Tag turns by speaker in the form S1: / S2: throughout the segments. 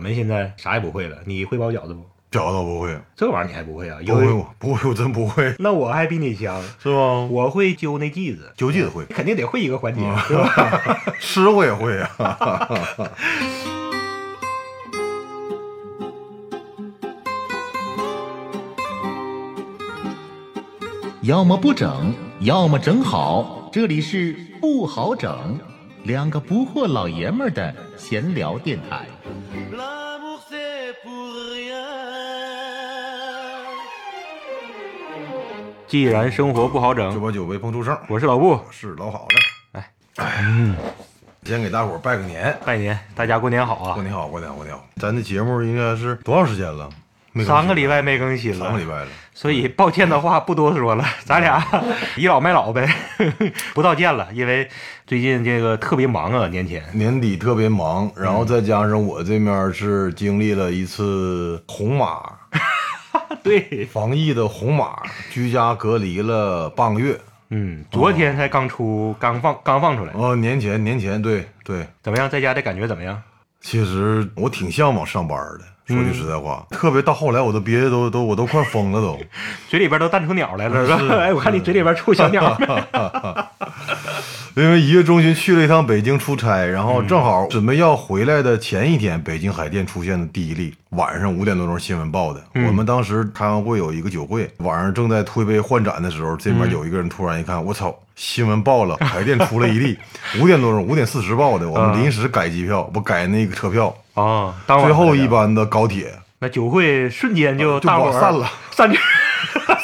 S1: 们现在啥也不会了，你会包饺子不？
S2: 饺子不会，
S1: 这玩意儿你还不会啊？
S2: 不
S1: 有
S2: 会我，不会，我真不会，
S1: 那我还比你强，
S2: 是吗？
S1: 我会揪那剂子，
S2: 九 记得会
S1: 你，肯定得会一个环节，是吧？
S2: 吃我也会啊。
S3: 要么不整，要么整好。这里是不好整，两个不惑老爷们儿的闲聊电台。
S4: L'amour c'est pour rien.
S1: 既然生活不好
S2: 九
S1: 整，
S2: 八九未碰出声，
S1: 我是老布，
S2: 我是老好的。哎，先给大伙儿拜个年，
S1: 拜年，大家过年好
S2: 过
S1: 啊！
S2: 年好，过年好，过年好。咱的节目应该是多长时间了？没更新
S1: 三个礼拜嗯没更新
S2: 三个礼
S1: 了，
S2: 拜了。
S1: 所以抱歉的话不多说了，咱俩 倚老卖老呗， 不道歉了，因为最近这个特别忙啊，年前。
S2: 年底特别忙，然后再加上我这面是经历了一次红码
S1: 对，
S2: 防疫的红码，居家隔离了半个月。
S1: 嗯，昨天才刚出，刚放刚放出来，
S2: 哦，年前年前对对，
S1: 怎么样？在家的感觉怎么样？
S2: 其实我挺向往上班的。说
S1: 嗯
S2: 句实在话，特别到后来我都憋得都都我都快疯了都。
S1: 嘴里边都淡出鸟来了，是
S2: 是
S1: 吧？哎，我看你嘴里边出 小鸟。
S2: 因为一月中旬去了一趟北京出差，然
S1: 嗯
S2: 后正好准备要回来的前一天，北京海淀出现的第一例，晚上五点多钟新闻报的。
S1: 嗯
S2: 我们当时开完会有一个酒会，晚上正在推杯换盏的时候，这
S1: 嗯
S2: 边有一个人突然一看，我操！新闻报了，海淀出了 一例，五点多钟，五点四十报的，我们临时改机票，不改那个车票，
S1: 哦，嗯当晚
S2: 最后
S1: 的
S2: 一班的高铁
S1: 那酒会瞬间就
S2: 就
S1: 大伙
S2: 往
S1: 儿
S2: 散了，
S1: 散 去。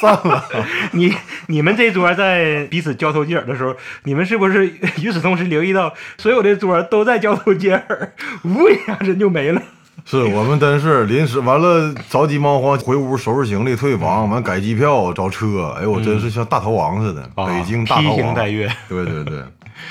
S2: 散了。
S1: 你你们这桌在彼此交头接耳的时候，你们是不是与此同时留意到所有的桌都在交头接耳，呜一下人就没了？
S2: 是我们真是临时完了，着急忙慌回屋收拾行李、退房，完改机票、找车。哎呦，我真是像大逃亡似的，
S1: 嗯啊
S2: 北京大逃
S1: 披星
S2: 亡。
S1: 戴月。
S2: 对对对，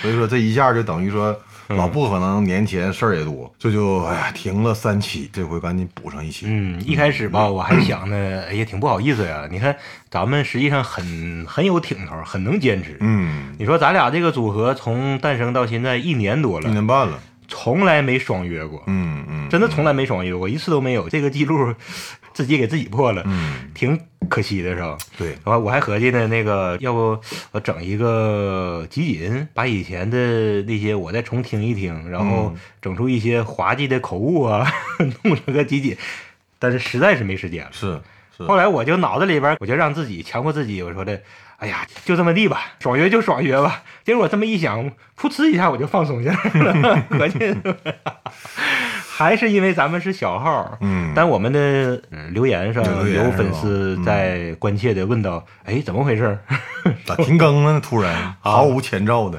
S2: 所以说这一下就等于说，老布可能年前事儿也多，这就哎呀停了三期，这回赶紧补上一期。
S1: 嗯，一开始吧，我还想呢，哎呀，挺不好意思呀。你看，咱们实际上很很有挺头，很能坚持。
S2: 嗯，
S1: 你说咱俩这个组合从诞生到现在一年多
S2: 一
S1: 了，
S2: 年半了。
S1: 从来没爽约过，
S2: 嗯嗯，
S1: 真的从来没爽约过，一次都没有。这个记录 自己给自己破了，
S2: 嗯
S1: 挺可惜的，是吧？
S2: 对，
S1: 我我还合计呢，那个要不我整一个集锦，把以前的那些我再重听一听，然后整出一些滑稽的口误啊， 弄成个集锦，但是实在是没时间了。
S2: 是是
S1: 后来我就脑子里边，我就让自己强迫自己，我说的，哎呀，就这么地吧，爽约就爽约吧。结果这么一想，噗呲一下我就放松下来了，合计还是因为咱们是小号儿，
S2: 嗯，
S1: 但我们的呃留言上
S2: 留言
S1: 有
S2: 是吧嗯
S1: 粉丝在关切的问到：“哎，怎么回事儿
S2: 咋停更了呢？突
S1: 啊
S2: 然毫无前兆的。？”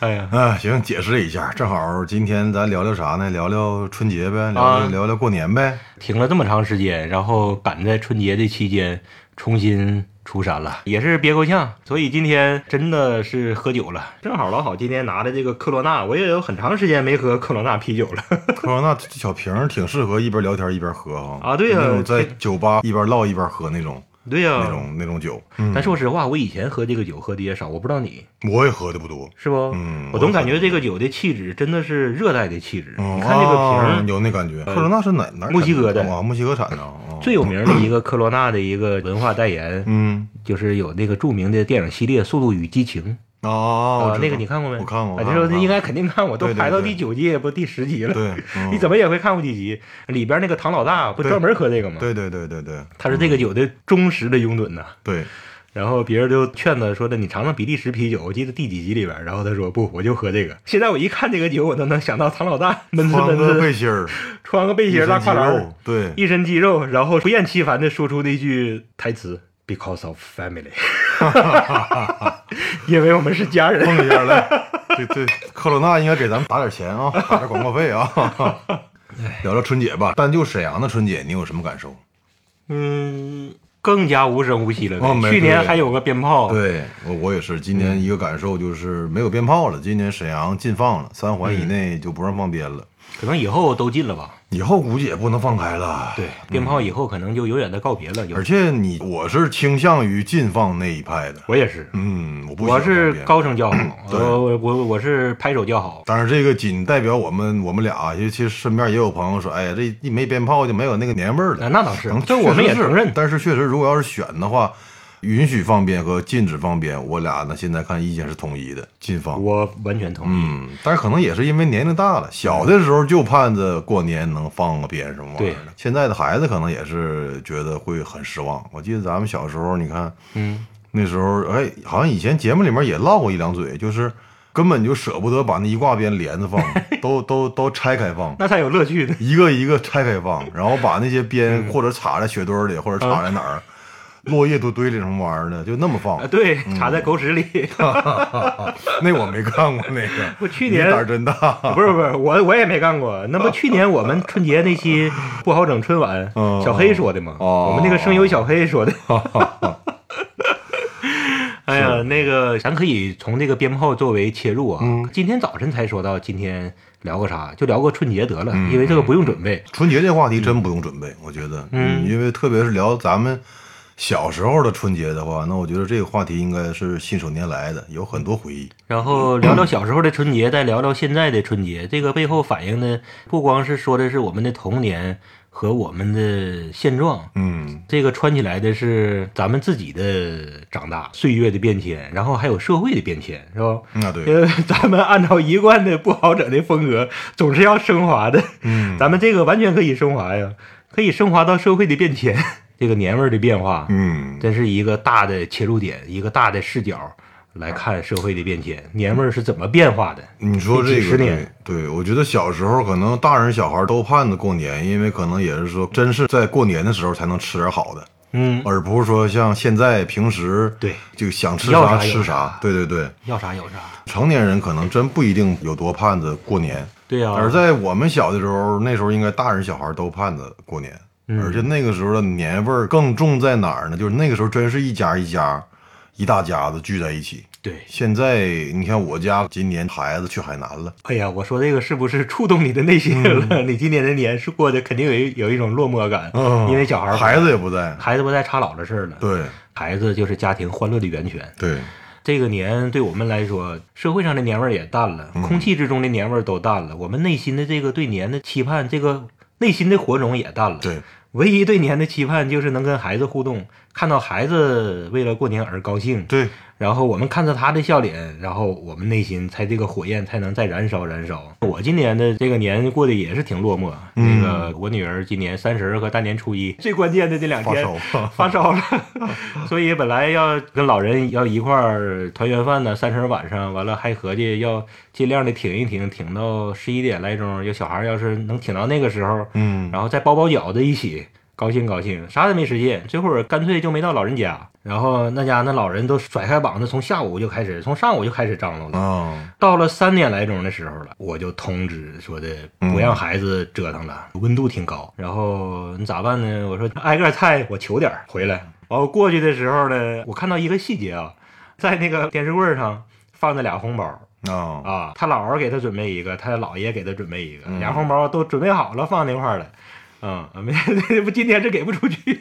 S1: 哎呀，
S2: 啊，行，解释一下，正好今天咱聊聊啥呢？聊聊春节呗，聊
S1: 啊
S2: 聊聊聊过年呗。
S1: 停了这么长时间，然后赶在春节这期间重新出山了，也是憋够呛。所以今天真的是喝酒了，正好老好今天拿的这个科罗娜，我也有很长时间没喝科罗娜啤酒了。
S2: 科罗娜这小瓶儿挺适合一边聊天一边喝啊
S1: 啊对呀
S2: 那种在
S1: 这
S2: 酒吧一边唠一边喝那种
S1: 对呀、
S2: 那种那种酒，嗯，
S1: 但说实话，我以前喝这个酒喝的也少，我不知道你
S2: 我也喝的不多。
S1: 是不？
S2: 嗯
S1: 我
S2: 我
S1: 总
S2: 也
S1: 感
S2: 喝
S1: 觉这个酒的气质真的是热带的气质。你看这个瓶儿呃
S2: 哦，有那感觉。科罗娜是哪哪儿
S1: 墨西哥的
S2: 产啊？墨西哥产的啊。
S1: 最有名的一个科罗娜的一个文化代言，
S2: 嗯
S1: 就是有那个著名的电影系列《速度与激情》
S2: 哦，我
S1: 啊、
S2: 知
S1: 那个
S2: 道
S1: 你看过没？
S2: 我看过，
S1: 啊
S2: 我
S1: 你
S2: 看
S1: 说
S2: 过
S1: 你应该肯定看过，都
S2: 对对
S1: 排到
S2: 对
S1: 第九季不第十集了。
S2: 对嗯
S1: 你怎么也会看过几集？里边那个唐老大不
S2: 对
S1: 专门喝这个吗？
S2: 对对对对对
S1: 他是这个酒的忠实的拥趸呐、
S2: 对，
S1: 然后别人就劝他说的，你尝尝比利时啤酒，我记得第几集里边，然后他说不，我就喝这个。现在我一看这个酒，我都能想到唐老大闷
S2: 穿
S1: 呲闷
S2: 个
S1: 呲，
S2: 背 心儿，
S1: 穿个背
S2: 一
S1: 心儿
S2: 身
S1: 大
S2: 肌
S1: 跨栏儿，
S2: 肉，对，
S1: 一身肌肉，然后不厌其烦地说出那句台词：“Because of family，因为我们是家人。
S2: 碰一下来。 对对，科罗娜应该给咱们打点钱 啊，打点广告费啊。聊聊春节吧，但就沈阳的春节，你有什么感受？”
S1: 嗯，更加无声无息了。
S2: 哦没
S1: 去年
S2: 对
S1: 还有个鞭炮，
S2: 对我我也是，今年一个感受就是没
S1: 嗯
S2: 有鞭炮了，今年沈阳禁放了，三环以内就不让放鞭了。
S1: 可能以后都禁了吧？
S2: 以后估计也不能放开了。
S1: 对，鞭炮以后可能就永远的告别了。就
S2: 而且你我是倾向于禁放那一派的。
S1: 我也是，
S2: 嗯，我不喜欢
S1: 我是
S2: 放鞭
S1: 高声叫好，
S2: 对
S1: 我我我我是拍手叫好，
S2: 当然，这个仅代表我们我们俩，尤其身边也有朋友说，哎呀，这一没鞭炮就没有那个年味儿
S1: 那
S2: 了。
S1: 那倒是
S2: 能，
S1: 嗯这我们也承认。
S2: 但是确实，如果要是选的话，允许放鞭和禁止放鞭，我俩呢现在看意见是统一的，禁放。
S1: 我完全同意。
S2: 嗯，但是可能也是因为年龄大了，小的时候就盼着过年能放个鞭什么玩意
S1: 对
S2: 儿的。现在的孩子可能也是觉得会很失望。我记得咱们小时候，你看
S1: 嗯，
S2: 那时候，哎，好像以前节目里面也唠过一两嘴，就是根本就舍不得把那一挂鞭连 着放，都都都拆开放。
S1: 那才有乐趣呢。
S2: 一个一个拆开 放，然后把那些鞭
S1: 嗯
S2: 或者插在雪堆里，或者插在哪儿，落叶都堆里什么玩意儿的，就那么放
S1: 啊，。对，插在狗屎里，
S2: 那我没干过那 个，
S1: 我去
S2: 你
S1: 年
S2: 胆儿真大。
S1: 不是不是，我我也没干过。那
S2: 啊
S1: 不去年我们春节那期不好整春晚
S2: 嗯，
S1: 小黑说的嘛，
S2: 哦
S1: 我们那个声优小黑 说的。 哎呀，那个咱可以从这个鞭炮作为切入啊。
S2: 嗯
S1: 今天早晨才说到，今天聊个啥？就聊个春节得了，
S2: 嗯
S1: 因为这个不用准备。
S2: 春节这话题真不用准备，我觉得，
S1: 嗯
S2: 因为特别是聊咱们小时候的春节的话，那我觉得这个话题应该是信手拈来的，有很多回忆。
S1: 然后聊聊小时候的春节，再聊聊现在的春节，这个背后反映的不光是说的是我们的童年和我们的现状，
S2: 嗯，
S1: 这个穿起来的是咱们自己的长大、岁月的变迁，然后还有社会的变迁，是吧？
S2: 那嗯对，
S1: 呃，咱们按照一贯的不好整的风格，总是要升华的。
S2: 嗯
S1: 咱们这个完全可以升华呀，可以升华到社会的变迁，这个年味儿的变化，
S2: 嗯，
S1: 真是一个大的切入点，一个大的视角来看社会的变迁，年味儿是怎么变化的？
S2: 你说这
S1: 这几
S2: 个
S1: 十
S2: 对
S1: 年
S2: 对，我觉得小时候可能大人小孩都盼着过年，因为可能也是说，真是在过年的时候才能吃点好的，
S1: 嗯，
S2: 而不是说像现在平时
S1: 对
S2: 就想吃
S1: 要
S2: 啥
S1: 啥有
S2: 吃
S1: 啥
S2: 啥。对对对，
S1: 要啥有啥。
S2: 成年人可能真不一定有多盼着过年，
S1: 对呀、
S2: 而在我们小的时候，那时候应该大人小孩都盼着过年，
S1: 嗯
S2: 而且那个时候的年味儿更重在哪儿呢？就是那个时候真是一家一家。一大家子聚在一起。
S1: 对，
S2: 现在你看，我家今年孩子去海南了，
S1: 哎呀，我说这个是不是触动你的内心了？ 你今年的年是过得肯定有一有一种落寞感，
S2: 嗯
S1: 因为小孩儿
S2: 孩子也不在。
S1: 孩子不再插老的事儿了。
S2: 对
S1: 孩子就是家庭欢乐的源泉。
S2: 对，
S1: 这个年对我们来说，社会上的年味儿也淡了，
S2: 嗯
S1: 空气之中的年味儿都淡了，我们内心的这个对年的期盼，这个内心的火种也淡了。
S2: 对，
S1: 唯一对年的期盼就是能跟孩子互动，看到孩子为了过年而高兴，
S2: 对，
S1: 然后我们看着他的笑脸，然后我们内心才这个火焰才能再燃烧燃烧。我今年的这个年过得也是挺落寞，
S2: 嗯
S1: 那个我女儿今年三十儿和大年初一最关键的这两
S2: 发
S1: 天
S2: 烧
S1: 发烧了， 所以本来要跟老人要一块儿团圆饭呢，三十儿晚上完了还合计要尽量的挺一挺，挺到十一点来钟，有小孩儿要是能挺到那个时候，
S2: 嗯，
S1: 然后再包包饺子一起高兴高兴，啥也没实现。这会儿干脆就没到老人家，然后那家那老人都甩开膀子，从下午就开始，从上午就开始张罗了。
S2: 啊，
S1: 到了三点来钟的时候了，我就通知说的不让孩子折腾了，温度挺高。然后你咋办呢？我说挨个菜我求点儿回来。完我过去的时候呢，我看到一个细节啊，在那个电视柜上放着俩红包，
S2: 啊，
S1: 啊，他姥姥给他准备一个，他姥爷给他准备一个，
S2: 嗯
S1: 俩红包都准备好了放那块儿了。嗯， 没，这不今天是给不出 去、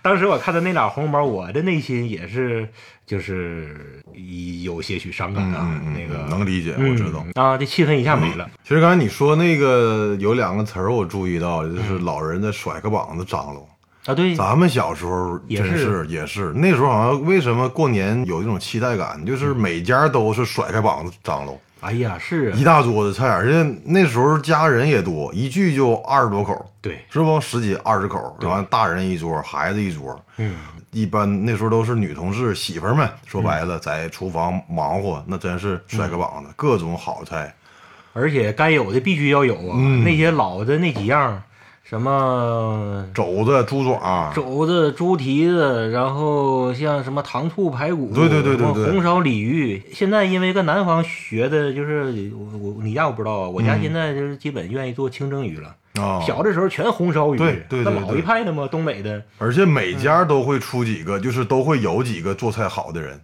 S1: 当时我看到那俩红包，我的内心也是，就是一有些许伤感
S2: 嗯
S1: 啊。
S2: 嗯，
S1: 那个
S2: 嗯能理解，
S1: 嗯
S2: 我知道。嗯
S1: 啊，这气氛一下没了。
S2: 其实刚才你说那个有两个词儿，我注意到，就是
S1: 嗯
S2: 老人在甩个膀子张罗。
S1: 啊，对，
S2: 咱们小时候
S1: 也
S2: 真是也是，那时候好像为什么过年有一种期待感，
S1: 嗯
S2: 就是每家都是甩开膀子张罗
S1: 哎呀，是啊，
S2: 一大桌子菜，而且那时候家人也多，一聚就二十多口，
S1: 对，
S2: 是不十几二十口，然后大人一桌，孩子一桌，
S1: 嗯，
S2: 一般那时候都是女同志媳妇儿们，说白了在厨房忙活，那真
S1: 嗯
S2: 是甩个膀子，各种好菜。
S1: 而且该有的必须要有啊。
S2: 嗯
S1: 那些老的那几样儿，什么
S2: 肘子、猪爪，啊
S1: 肘子、猪蹄子，然后像什么糖醋排骨，
S2: 对对对对对
S1: 然后红烧鲤鱼。现在因为跟南方学的，就是我我你家我不知道啊，我家现在就是基本愿意做清蒸鱼了。
S2: 啊，
S1: 小的时候全红烧鱼，
S2: 对对对
S1: 那
S2: 对
S1: 老一派的嘛，东北的。
S2: 而且每家都会出
S1: 哎
S2: 几个，就是都会有几个做菜好的人，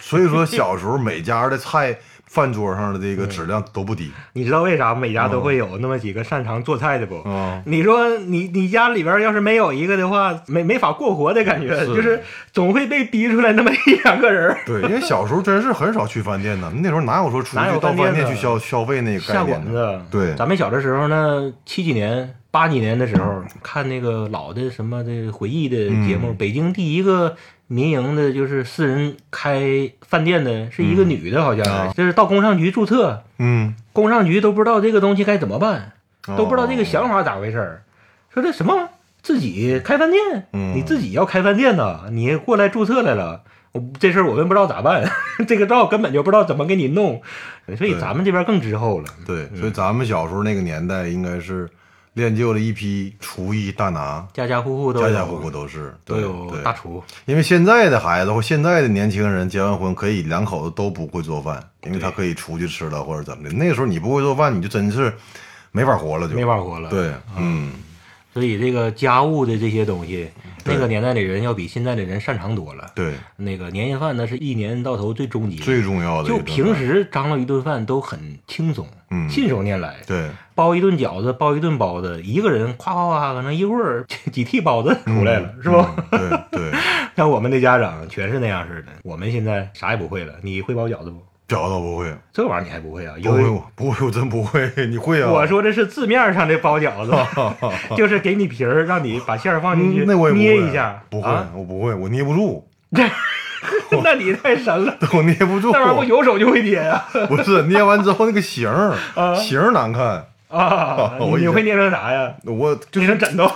S2: 所以说小时候每家的菜饭桌上的这个质量都不低
S1: 你知道为啥每家都会有那么几个擅长做菜的不？
S2: 啊。
S1: 你说你你家里边要是没有一个的话，没没法过活的感觉，
S2: 是
S1: 就是总会被逼出来那么一两个人儿。
S2: 对，因为小时候真是很少去饭店呢，那时候哪有说出
S1: 哪有
S2: 去到
S1: 饭
S2: 饭
S1: 店
S2: 店
S1: 呢
S2: 去消消费那个概
S1: 下
S2: 念
S1: 馆
S2: 呢？
S1: 子，
S2: 对
S1: 咱们小的时候呢，七几年、八几年的时候，看那个老的什么的回忆的
S2: 嗯
S1: 节目，北京第一个民营的，就是私人开饭店的，是一个女的，好像、
S2: 啊
S1: 就是到工商局注册，
S2: 嗯，
S1: 工商局都不知道这个东西该怎么办，都不知道这个
S2: 想
S1: 想法咋回事儿，说这什么自己开饭店，
S2: 嗯
S1: 你自己要开饭店呢，你过来注册来了。我这事儿我们不知道咋办， 这个照根本就不知道怎么给你弄，所以
S2: 对
S1: 咱们这边更滞后了。
S2: 对，所以咱们小时候那个年代，应该是练就了一批厨艺大拿，
S1: 家家户户都
S2: 家
S1: 有
S2: 家户户都是。
S1: 都
S2: 对
S1: 有大
S2: 对，
S1: 厨，
S2: 因为现在的孩子或现在的年轻人结完婚，可以两口子都不会做饭，因为他可以出去吃了或者怎么的。那时候你不会做饭，你就真是没法活了就，
S1: 没法活了。，
S2: 对，嗯，
S1: 所以这个家务的这些东西，
S2: 对
S1: 那个年代的人要比现在的人擅长多了。
S2: 对，
S1: 那个年夜饭呢，是一年到头最终极，
S2: 最重要的
S1: 就
S2: 一顿饭
S1: 平时张罗一顿饭都很轻松，
S2: 嗯
S1: 信手拈来，
S2: 对
S1: 包一顿饺子，包一顿包子，一个人夸夸夸，可能一会儿几屉包子 出来了，是不？
S2: 嗯对对，
S1: 像我们的家长全是那样似的。我们现在啥也不会了，你会包饺子不？
S2: 饺子不会，
S1: 这玩意儿你还不会啊？
S2: 不
S1: 有
S2: 会我，不会，我真不会， 你会啊？
S1: 我说的是字面上的包饺 子，就是给你皮儿，让你把馅儿放进去，
S2: 嗯那我也不会
S1: 捏一下，
S2: 不会
S1: 啊，
S2: 我不会，我捏不住，
S1: 那你太神 了，
S2: 我捏不住，
S1: 那玩意儿不有手就会捏 呀
S2: 不是捏完之后那个形儿
S1: 啊
S2: 形儿难看，
S1: 啊！你
S2: 我以
S1: 你
S2: 前
S1: 会捏成啥呀？
S2: 我就
S1: 捏成枕头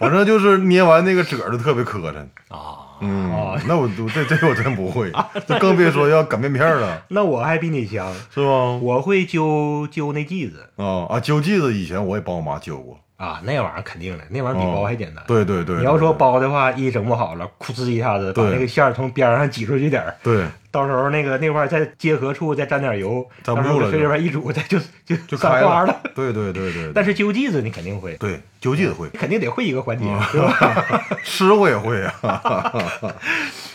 S2: 反正就是捏完那个褶儿就特别磕碜。
S1: 啊？
S2: 嗯，
S1: 哦
S2: 那我我这这我真不会，那更别说要擀面片 儿了，
S1: 那我还比你强，
S2: 是吗？
S1: 我会揪揪那剂子
S2: 啊啊，揪剂子以前我也帮我妈揪过，
S1: 啊，那玩意儿肯定的，那玩意儿比包还简单。
S2: 对对对，
S1: 你要说
S2: 对，
S1: 包的话，一整不好了，噗呲一下子把
S2: 对
S1: 那个馅儿从边儿上挤出去点儿，
S2: 对，
S1: 到时候那个那块儿再结合处再沾点油，
S2: 沾
S1: 到
S2: 不
S1: 时候
S2: 住了
S1: 随
S2: 就
S1: 这边一煮，再就就
S2: 就
S1: 散
S2: 开
S1: 花了
S2: 了。，对对对对，对
S1: 但是揪剂子你肯定会，
S2: 对揪剂子会啊
S1: 你，肯定得会一个环节，
S2: 哦
S1: 是吧？
S2: 吃我也会 啊，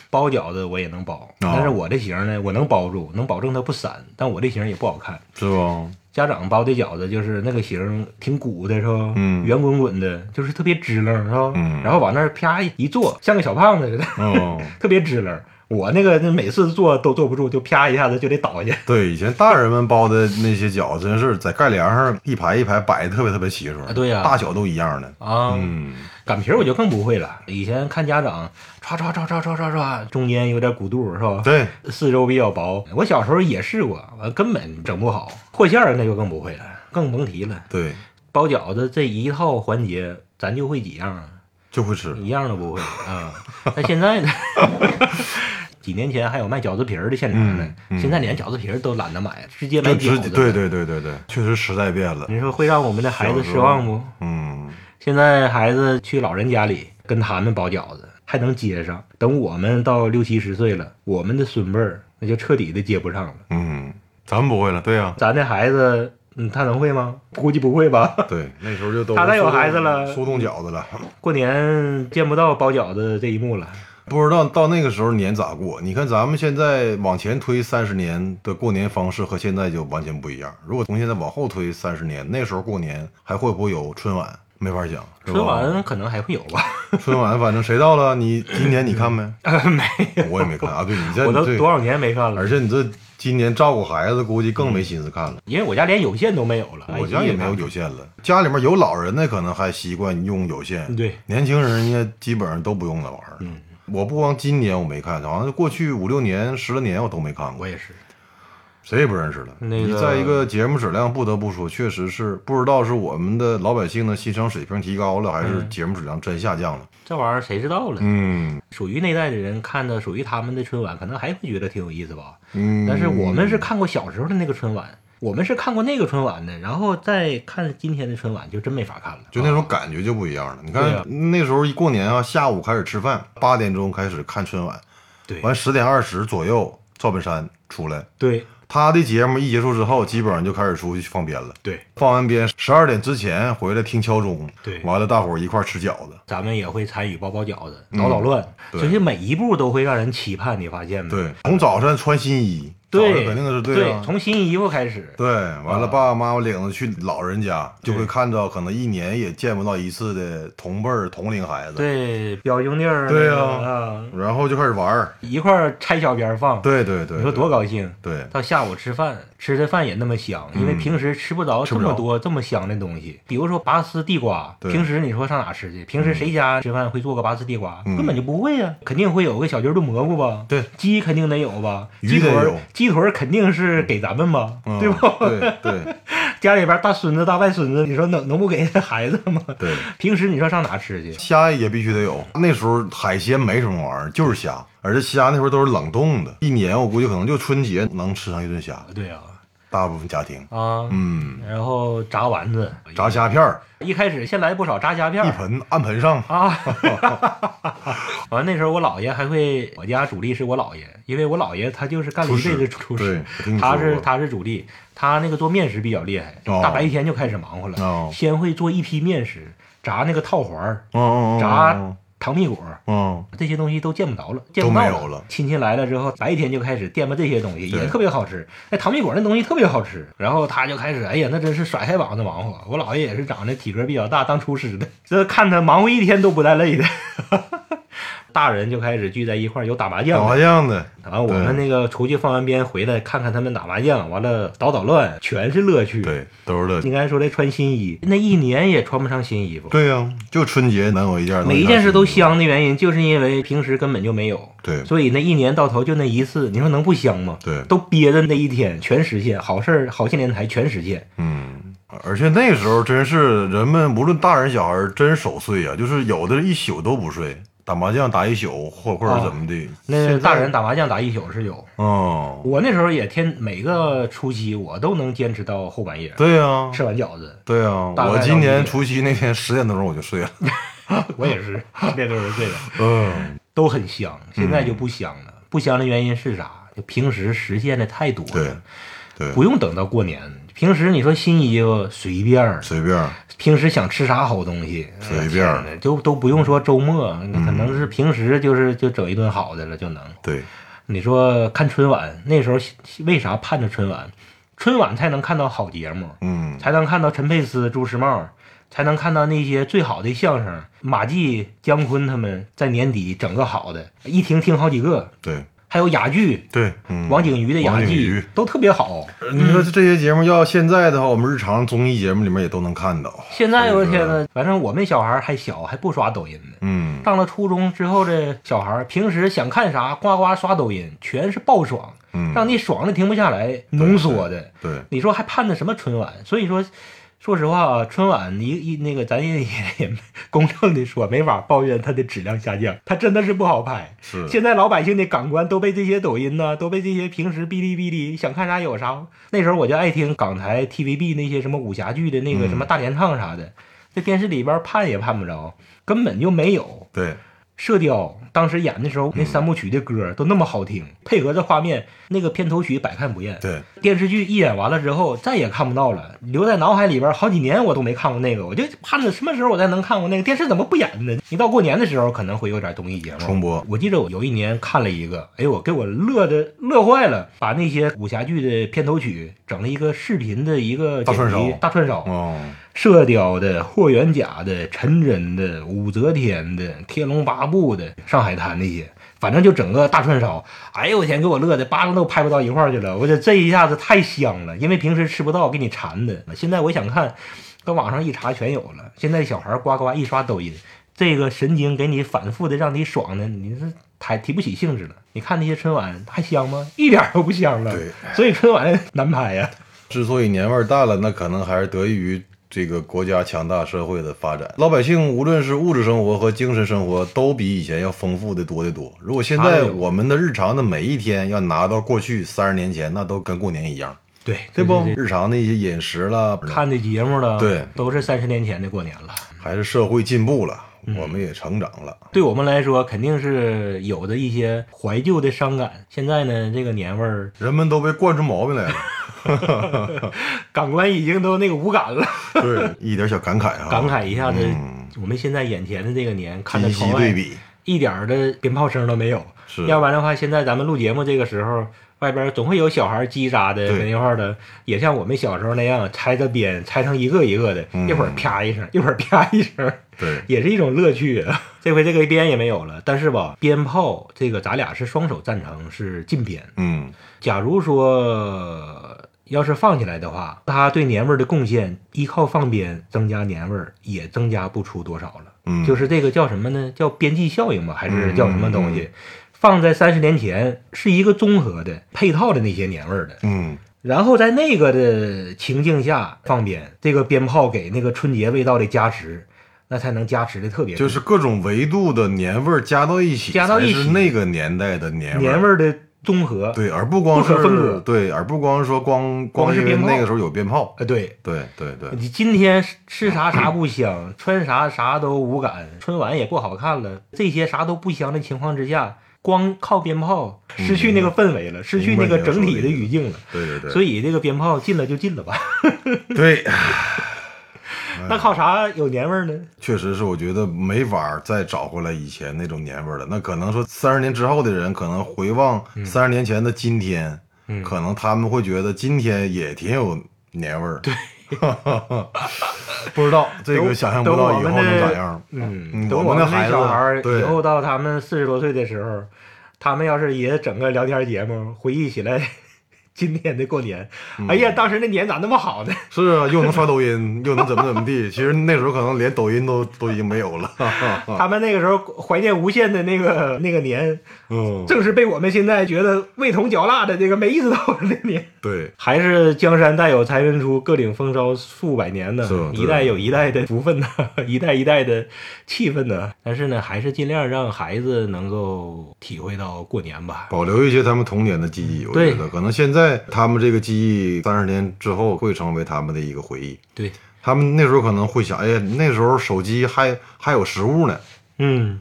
S1: 包饺子我也能包，
S2: 哦
S1: 但是我这型儿呢，我能包住，能保证它不散，但我这型儿也不好看。
S2: 是吧？
S1: 家长包的饺子就是那个型儿挺鼓的是吧？
S2: 嗯
S1: 圆滚滚的，就是特别支棱是吧？
S2: 嗯
S1: 然后往那儿啪一坐，像个小胖子似的，
S2: 嗯，
S1: 特别支棱。我那个那每次坐都坐不住，就啪一下子就得倒下。
S2: 对，以前大人们包的那些饺子，真是在盖帘上一排一排摆的特别特别齐
S1: 啊
S2: 整，
S1: 对呀
S2: 大小都一样的，
S1: 啊，
S2: 嗯，
S1: 擀皮儿我就更不会了。以前看家长唰唰唰唰唰唰唰，中间有点鼓肚是吧？
S2: 对，
S1: 四周比较薄。我小时候也试过，我根本整不好。和馅儿那就更不会了，更甭提了。
S2: 对，
S1: 包饺子这一套环节，咱就会几样啊？
S2: 就会吃。
S1: 一样都不会啊！但现在呢， 几年前还有卖饺子皮儿的现场呢，
S2: 嗯嗯
S1: 现在连饺子皮儿都懒得买，直接买饺
S2: 就直
S1: 子。
S2: 对，对对对对，确实时代变了。
S1: 你说会让我们的孩子失望不？
S2: 嗯，
S1: 现在孩子去老人家里跟他们包饺子，还能接上。等我们到六七十岁了，我们的孙辈儿那就彻底的接不上了。
S2: 嗯，咱们不会了，对啊 呀、
S1: 咱这孩子，嗯，他能会吗？估计不会吧。
S2: 对，那时候就都
S1: 他再有
S2: 速冻
S1: 孩子了
S2: 速冻饺子了，
S1: 过年见不到包饺子这一幕了。
S2: 不知道到那个时候年咋过。你看咱们现在往前推三十年的过年方式和现在就完全不一样。如果从现在往后推三十年，那时候过年还会不会有春晚？没法讲，是吧
S1: 春晚可能还会有吧，
S2: 春晚，反正谁到了，你今年你看没？ 没，我也没看啊。对你这
S1: 我都
S2: 对
S1: 多少年没看了
S2: 而，且你这今年照顾孩子，估计更没心思看了。
S1: 因为我家连有线都没有了，
S2: 我家也没有有线了，家里面有老人的可能还习惯用有线，
S1: 对，
S2: 年轻人应该基本上都不用那玩意儿。嗯，我不光今年我没看，好像过去五六年、十来年我都没看过
S1: 我，也是，
S2: 谁也不认识了。
S1: 那个
S2: 你在一个节目质量，不得不说，确实是不知道是我们的老百姓的欣赏水平提高了，还
S1: 嗯
S2: 是节目质量真下降了。
S1: 这玩意儿谁知道了？
S2: 嗯
S1: 属于那代的人看的，属于他们的春晚，可能还会觉得挺有意思吧。
S2: 嗯，
S1: 但是我们是看过小时候的那个春晚，我们是看过那个春晚的，然后再看今天的春晚，就真没法看了。哦
S2: 就那种感觉就不一样了。你看、
S1: 啊对啊呀
S2: 那时候一过年啊，下午开始吃饭，八点钟开始看春晚，
S1: 对
S2: 完十点二十左右，赵本山出来，
S1: 对
S2: 他的节目一结束之后，基本上就开始出去放鞭了。
S1: 对，
S2: 放完鞭，十二点之前回来听敲钟，
S1: 对
S2: 完了大伙儿一块儿吃饺子。
S1: 咱们也会参与包包饺子、捣捣乱，
S2: 嗯对
S1: 所以每一步都会让人期盼，你发现没？
S2: 对，从早上穿新
S1: 嗯
S2: 衣早
S1: 对，
S2: 上肯定是
S1: 对
S2: 对啊
S1: 从啊新衣服开始，
S2: 对，完了，爸爸妈妈领着去老人家，就会看到可能一年也见不到一次的同辈儿同龄孩子。，
S1: 对，表兄弟儿，
S2: 对
S1: 呀、
S2: 啊然后就开始玩儿。
S1: 一块儿拆小边儿放，
S2: 对对对，
S1: 你说多高兴。
S2: 对？
S1: 到下午吃饭，吃的饭也那么香，因为平时吃不着
S2: 嗯吃
S1: 这
S2: 不着
S1: 么多这么香的东西。比如说拔丝地瓜，
S2: 对
S1: 平时你说上哪吃去？平时谁家吃饭会做个拔丝地瓜？
S2: 嗯
S1: 根本就不会呀、肯定会有个小鸡儿炖蘑菇吧？
S2: 对，
S1: 鸡肯定得有吧？
S2: 鱼
S1: 鸡腿
S2: 得
S1: 儿
S2: 有，
S1: 鸡腿儿肯定是给咱们吧？
S2: 对，嗯
S1: 对吧？
S2: 对对
S1: 家里边大孙子大外孙子，你说能能不给孩子吗？
S2: 对，
S1: 平时你说上哪吃去？
S2: 虾也必须得有。那时候海鲜没什么玩意儿，就是虾，而且虾那会儿都是冷冻的，一年我估计可能就春节能吃上一顿虾，
S1: 对啊，
S2: 大部分家庭。
S1: 啊，
S2: 嗯，
S1: 然后炸丸子，
S2: 炸虾片儿
S1: 一开始先来不少炸虾片
S2: 一
S1: 儿，
S2: 盆按盆上，
S1: 啊，完那时候我姥爷还会，我家主力是我姥爷，因为我姥爷他就是干了一辈子厨
S2: 厨师
S1: 师
S2: 对我听，
S1: 他
S2: 说
S1: 是
S2: 过
S1: 他是主力，他那个做面食比较厉害，
S2: 哦
S1: 大白天就开始忙活了，
S2: 哦
S1: 先会做一批面食，炸那个套环儿，
S2: 嗯嗯嗯，
S1: 炸糖蜜果儿。
S2: 嗯，
S1: 这些东西都见不着了，见不到
S2: 都没有了
S1: 亲戚来了之后，白天就开始惦吧这些东西，
S2: 对
S1: 也特别好吃。那糖蜜果那东西特别好吃，然后他就开始，哎呀，那真是甩开膀子忙活。我姥爷也是长得体格比较大，当厨师的，这看他忙活一天都不带累的。 大人就开始聚在一块儿，有打麻
S2: 打
S1: 将
S2: 麻
S1: 的，
S2: 将的，
S1: 完我们那个出去放完鞭回来，看看他们打麻将，完了捣捣乱，全是乐趣。，
S2: 对，都是乐趣
S1: 应。该说这穿新衣，那一年也穿不上新衣服。
S2: 对呀、就春节能有一件儿，
S1: 每一件事都
S2: 香。
S1: 香的原因，就是因为平时根本就没有。
S2: 对
S1: 所以那一年到头就那一次，你说能不香吗？
S2: 对
S1: 都憋着那一天全实现，好事儿、好戏连台全实现。
S2: 嗯，而且那时候真是人们无论大人小孩儿，真守岁啊，就是有的一宿都不睡，打麻将打一宿，或或者怎么的。
S1: 那
S2: 哦现在
S1: 大人，打麻将打一宿是有，
S2: 嗯，
S1: 我那时候也天每个除夕我都能坚持到后半夜，
S2: 对呀、
S1: 吃完饺 子，
S2: 对呀、啊，
S1: 大概
S2: 我
S1: 到
S2: 今
S1: 一
S2: 年
S1: 点
S2: 除夕那天十点多钟我就睡了。
S1: 我也是，那都是这个，
S2: 嗯，
S1: 都很香。现在就不香了，不香的原因是啥？就平时实现的太多
S2: 对
S1: 了，，
S2: 对，
S1: 不用等到过年。平时你说新衣服随便儿，
S2: 随便儿，
S1: 平时想吃啥好东西，
S2: 随便儿
S1: 哎呀天哪就都不用说周末，可能是平时就是就整一顿好的了就能。
S2: 对，
S1: 你说看春晚那时候为啥盼着春晚？春晚才能看到好节目，
S2: 嗯，
S1: 才能看到陈佩斯、朱时茂，才能看到那些最好的相声。马季、姜昆他们在年底整个好的，一听听好几个，
S2: 对，
S1: 还有哑剧，
S2: 对，嗯，
S1: 王景瑜的哑
S2: 王景
S1: 剧
S2: 瑜
S1: 都特别好。
S2: 你说这些节目要现在的话，我们日常综艺节目里面也都能看到。
S1: 现在我的
S2: 所以
S1: 天
S2: 说
S1: 呐，反正我们小孩儿还小，还不刷抖音呢。
S2: 嗯，
S1: 上了初中之后，这小孩儿平时想看啥，呱呱刷抖音，全是爆爽，
S2: 嗯
S1: 让你爽的停不下来，浓缩的。
S2: 对，
S1: 你说还盼着什么春晚？所以说，说实话啊，春晚一一那个，咱也 也也公正的说，没法抱怨它的质量下降，它真的是不好拍。
S2: 是
S1: 现在老百姓的感官都被这些抖音呐、都被这些平时哔哩哔哩想看啥有啥。那时候我就爱听港台 TVB 那些什么武侠剧的那个什
S2: 嗯
S1: 么大连唱啥的，在电视里边盼也盼不着，根本就没有。
S2: 对，
S1: 射雕当时演的时候，
S2: 嗯
S1: 那三部曲的歌都那么好听，配合着画面，那个片头曲百看不厌。
S2: 对，
S1: 电视剧一演完了之后，再也看不到了，留在脑海里边好几年我都没看过那个，我就盼着什么时候我才能看过那个电视怎么不演呢？一到过年的时候，可能会有点综艺节目
S2: 重播
S1: 我记得我有一年看了一个，哎呦，我给我乐的乐坏了，把那些武侠剧的片头曲整了一个视频的一个
S2: 大
S1: 剪
S2: 串
S1: 辑
S2: 烧
S1: 大串烧，
S2: 哦，
S1: 射雕的、霍元甲的、陈真的、武则天的、天龙八部的、上海滩那些，反正就整个大串烧。哎呦我天，给我乐的巴掌都拍不到一块儿去了。我这这一下子太香了，因为平时吃不到，给你馋的。现在我想看，搁网上一查全有了。现在小孩儿呱呱一刷抖音，这个神经给你反复的让你爽的，你是抬提不起兴致了。你看那些春晚还香吗？一点儿都不香了。
S2: 对，
S1: 所以春晚难拍呀。
S2: 之所以年味儿淡了，那可能还是得益于这个国家强大社会的发展。老百姓无论是物质生活和精神生活，都比以前要丰富的多得多。如果现
S1: 哎
S2: 在
S1: 呦
S2: 我们的日常的每一天要拿到过去三十年前，那都跟过年一样，
S1: 对，
S2: 对不？日常的一些饮食啦，
S1: 看的节目了，
S2: 对
S1: 都是三十年前的过年了。
S2: 还是社会进步了，
S1: 嗯
S2: 我们也成长了。
S1: 对我们来说，肯定是有的一些怀旧的伤感。现在呢，这个年味 儿，
S2: 人们都被惯出毛病 来了，
S1: 感官已经都那个无感了。
S2: 对，一点小感慨啊，
S1: 感慨一下子，
S2: 哦嗯
S1: 我们现在眼前的这个年，看着哎
S2: 今
S1: 窗
S2: 夕
S1: 外
S2: 对比，
S1: 一点儿的鞭炮声都没有。
S2: 是
S1: 要不然的话，现在咱们录节目这个时候，外边总会有小孩叽喳的
S2: 对
S1: 那一块儿的，也像我们小时候那样拆着编，拆成一个一个的，
S2: 嗯
S1: 一会儿啪一声，一会儿啪一声，
S2: 对，
S1: 也是一种乐趣。 这回这个鞭也没有了，但是吧，鞭炮这个咱俩是双手赞成是禁鞭。
S2: 嗯，
S1: 假如说要是放起来的话，它对年味儿的贡献，依靠放鞭增加年味儿，也增加不出多少了。
S2: 嗯
S1: 就是这个叫什么呢？叫边际效应吧，还是叫什么东西？
S2: 嗯
S1: 放在三十年前是一个综合的配套的那些年味儿的，
S2: 嗯，
S1: 然后在那个的情境下放鞭，这个鞭炮给那个春节味道的加持，那才能加持的特别
S2: 就是各种维度的年味儿加到一起，
S1: 加到一起
S2: 才是那个年代的年
S1: 多年
S2: 味
S1: 味
S2: 儿。
S1: 儿的综合。，
S2: 对，而不光
S1: 不可分
S2: 是
S1: 割
S2: 对，而不光说光
S1: 光是
S2: 因为
S1: 鞭炮
S2: 那个时候有鞭炮，
S1: 呃，对，
S2: 对对对，
S1: 你今天吃啥啥不香， 穿啥啥都无感，春晚也不好看了，这些啥都不香的情况之下，光靠鞭炮
S2: 嗯
S1: 失去那个氛围了，失去那个整体的语境了。
S2: 对对对，
S1: 所
S2: 以
S1: 以这个鞭炮进了就进了吧，
S2: 对，哎
S1: 那靠啥有年味儿呢？
S2: 确实是，我觉得没法儿再找回来以前那种年味儿了。那可能说三十年之后的人，可能回望三十年前的今天，
S1: 嗯
S2: 可能他们会觉得今天也挺有年味儿。对， 不知道这个想象不到以后能咋样。
S1: 嗯
S2: 嗯，
S1: 等
S2: 我们
S1: 们
S2: 的孩子
S1: 小孩儿
S2: 对
S1: 以后到他们四十多岁的时候，他们要是也整个聊天节目，回忆起来 今天的过年，
S2: 嗯
S1: 哎呀，当时那年咋那么好呢？
S2: 是啊，又能刷抖音， 又能怎么怎么地。其实那时候可能连抖音都都已经没有了。
S1: 他们那个时候怀念无限的那个 那个年，
S2: 嗯，
S1: 正是被我们现在觉得味同嚼蜡的这个没意思到的那年，
S2: 对，
S1: 还是江山代有才人出，各领风骚数百年呢
S2: 是是，
S1: 一代有一代的福分呢， 一代一代的气氛呢。但是呢，还是尽量让孩子能够体会到过年吧。
S2: 保留一些他们童年的记忆，我
S1: 对
S2: 觉得可能现在他们这个记忆，三十年之后会成为他们的一个回忆。
S1: 对，
S2: 他们那时候可能会想，哎呀，那时候手机还还有实物 呢，
S1: 嗯，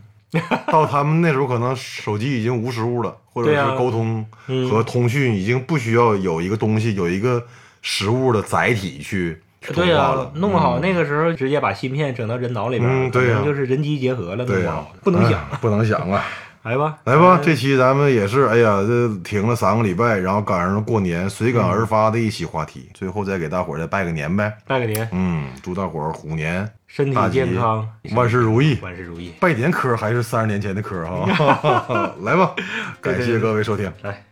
S2: 到他们那时候可能手机已经无实物了，或者
S1: 对啊
S2: 是沟通和通讯已经不需要有一个东西，有一个实物的载体去去通
S1: 对
S2: 话
S1: 呀
S2: 了，。
S1: 弄不好那个时候直接把芯片整到人脑里边儿，
S2: 嗯对呀
S1: 可能就是人机结合了，弄
S2: 对
S1: 不
S2: 呀、
S1: 好不能想，
S2: 哎不能想啊。
S1: 来吧，
S2: 来吧，这期咱们也是，哎呀，这停了三个礼拜，然后赶上过年，随感而发的一期话
S1: 嗯
S2: 题，最后再给大伙儿再拜个年呗。
S1: 拜个年，
S2: 嗯，祝大伙儿虎年
S1: 身体
S2: 大吉
S1: 健康，
S2: 万事如意。
S1: 万事如意。
S2: 拜年嗑儿还是三十年前的嗑儿哈，来吧，感谢各位收听。
S1: 来。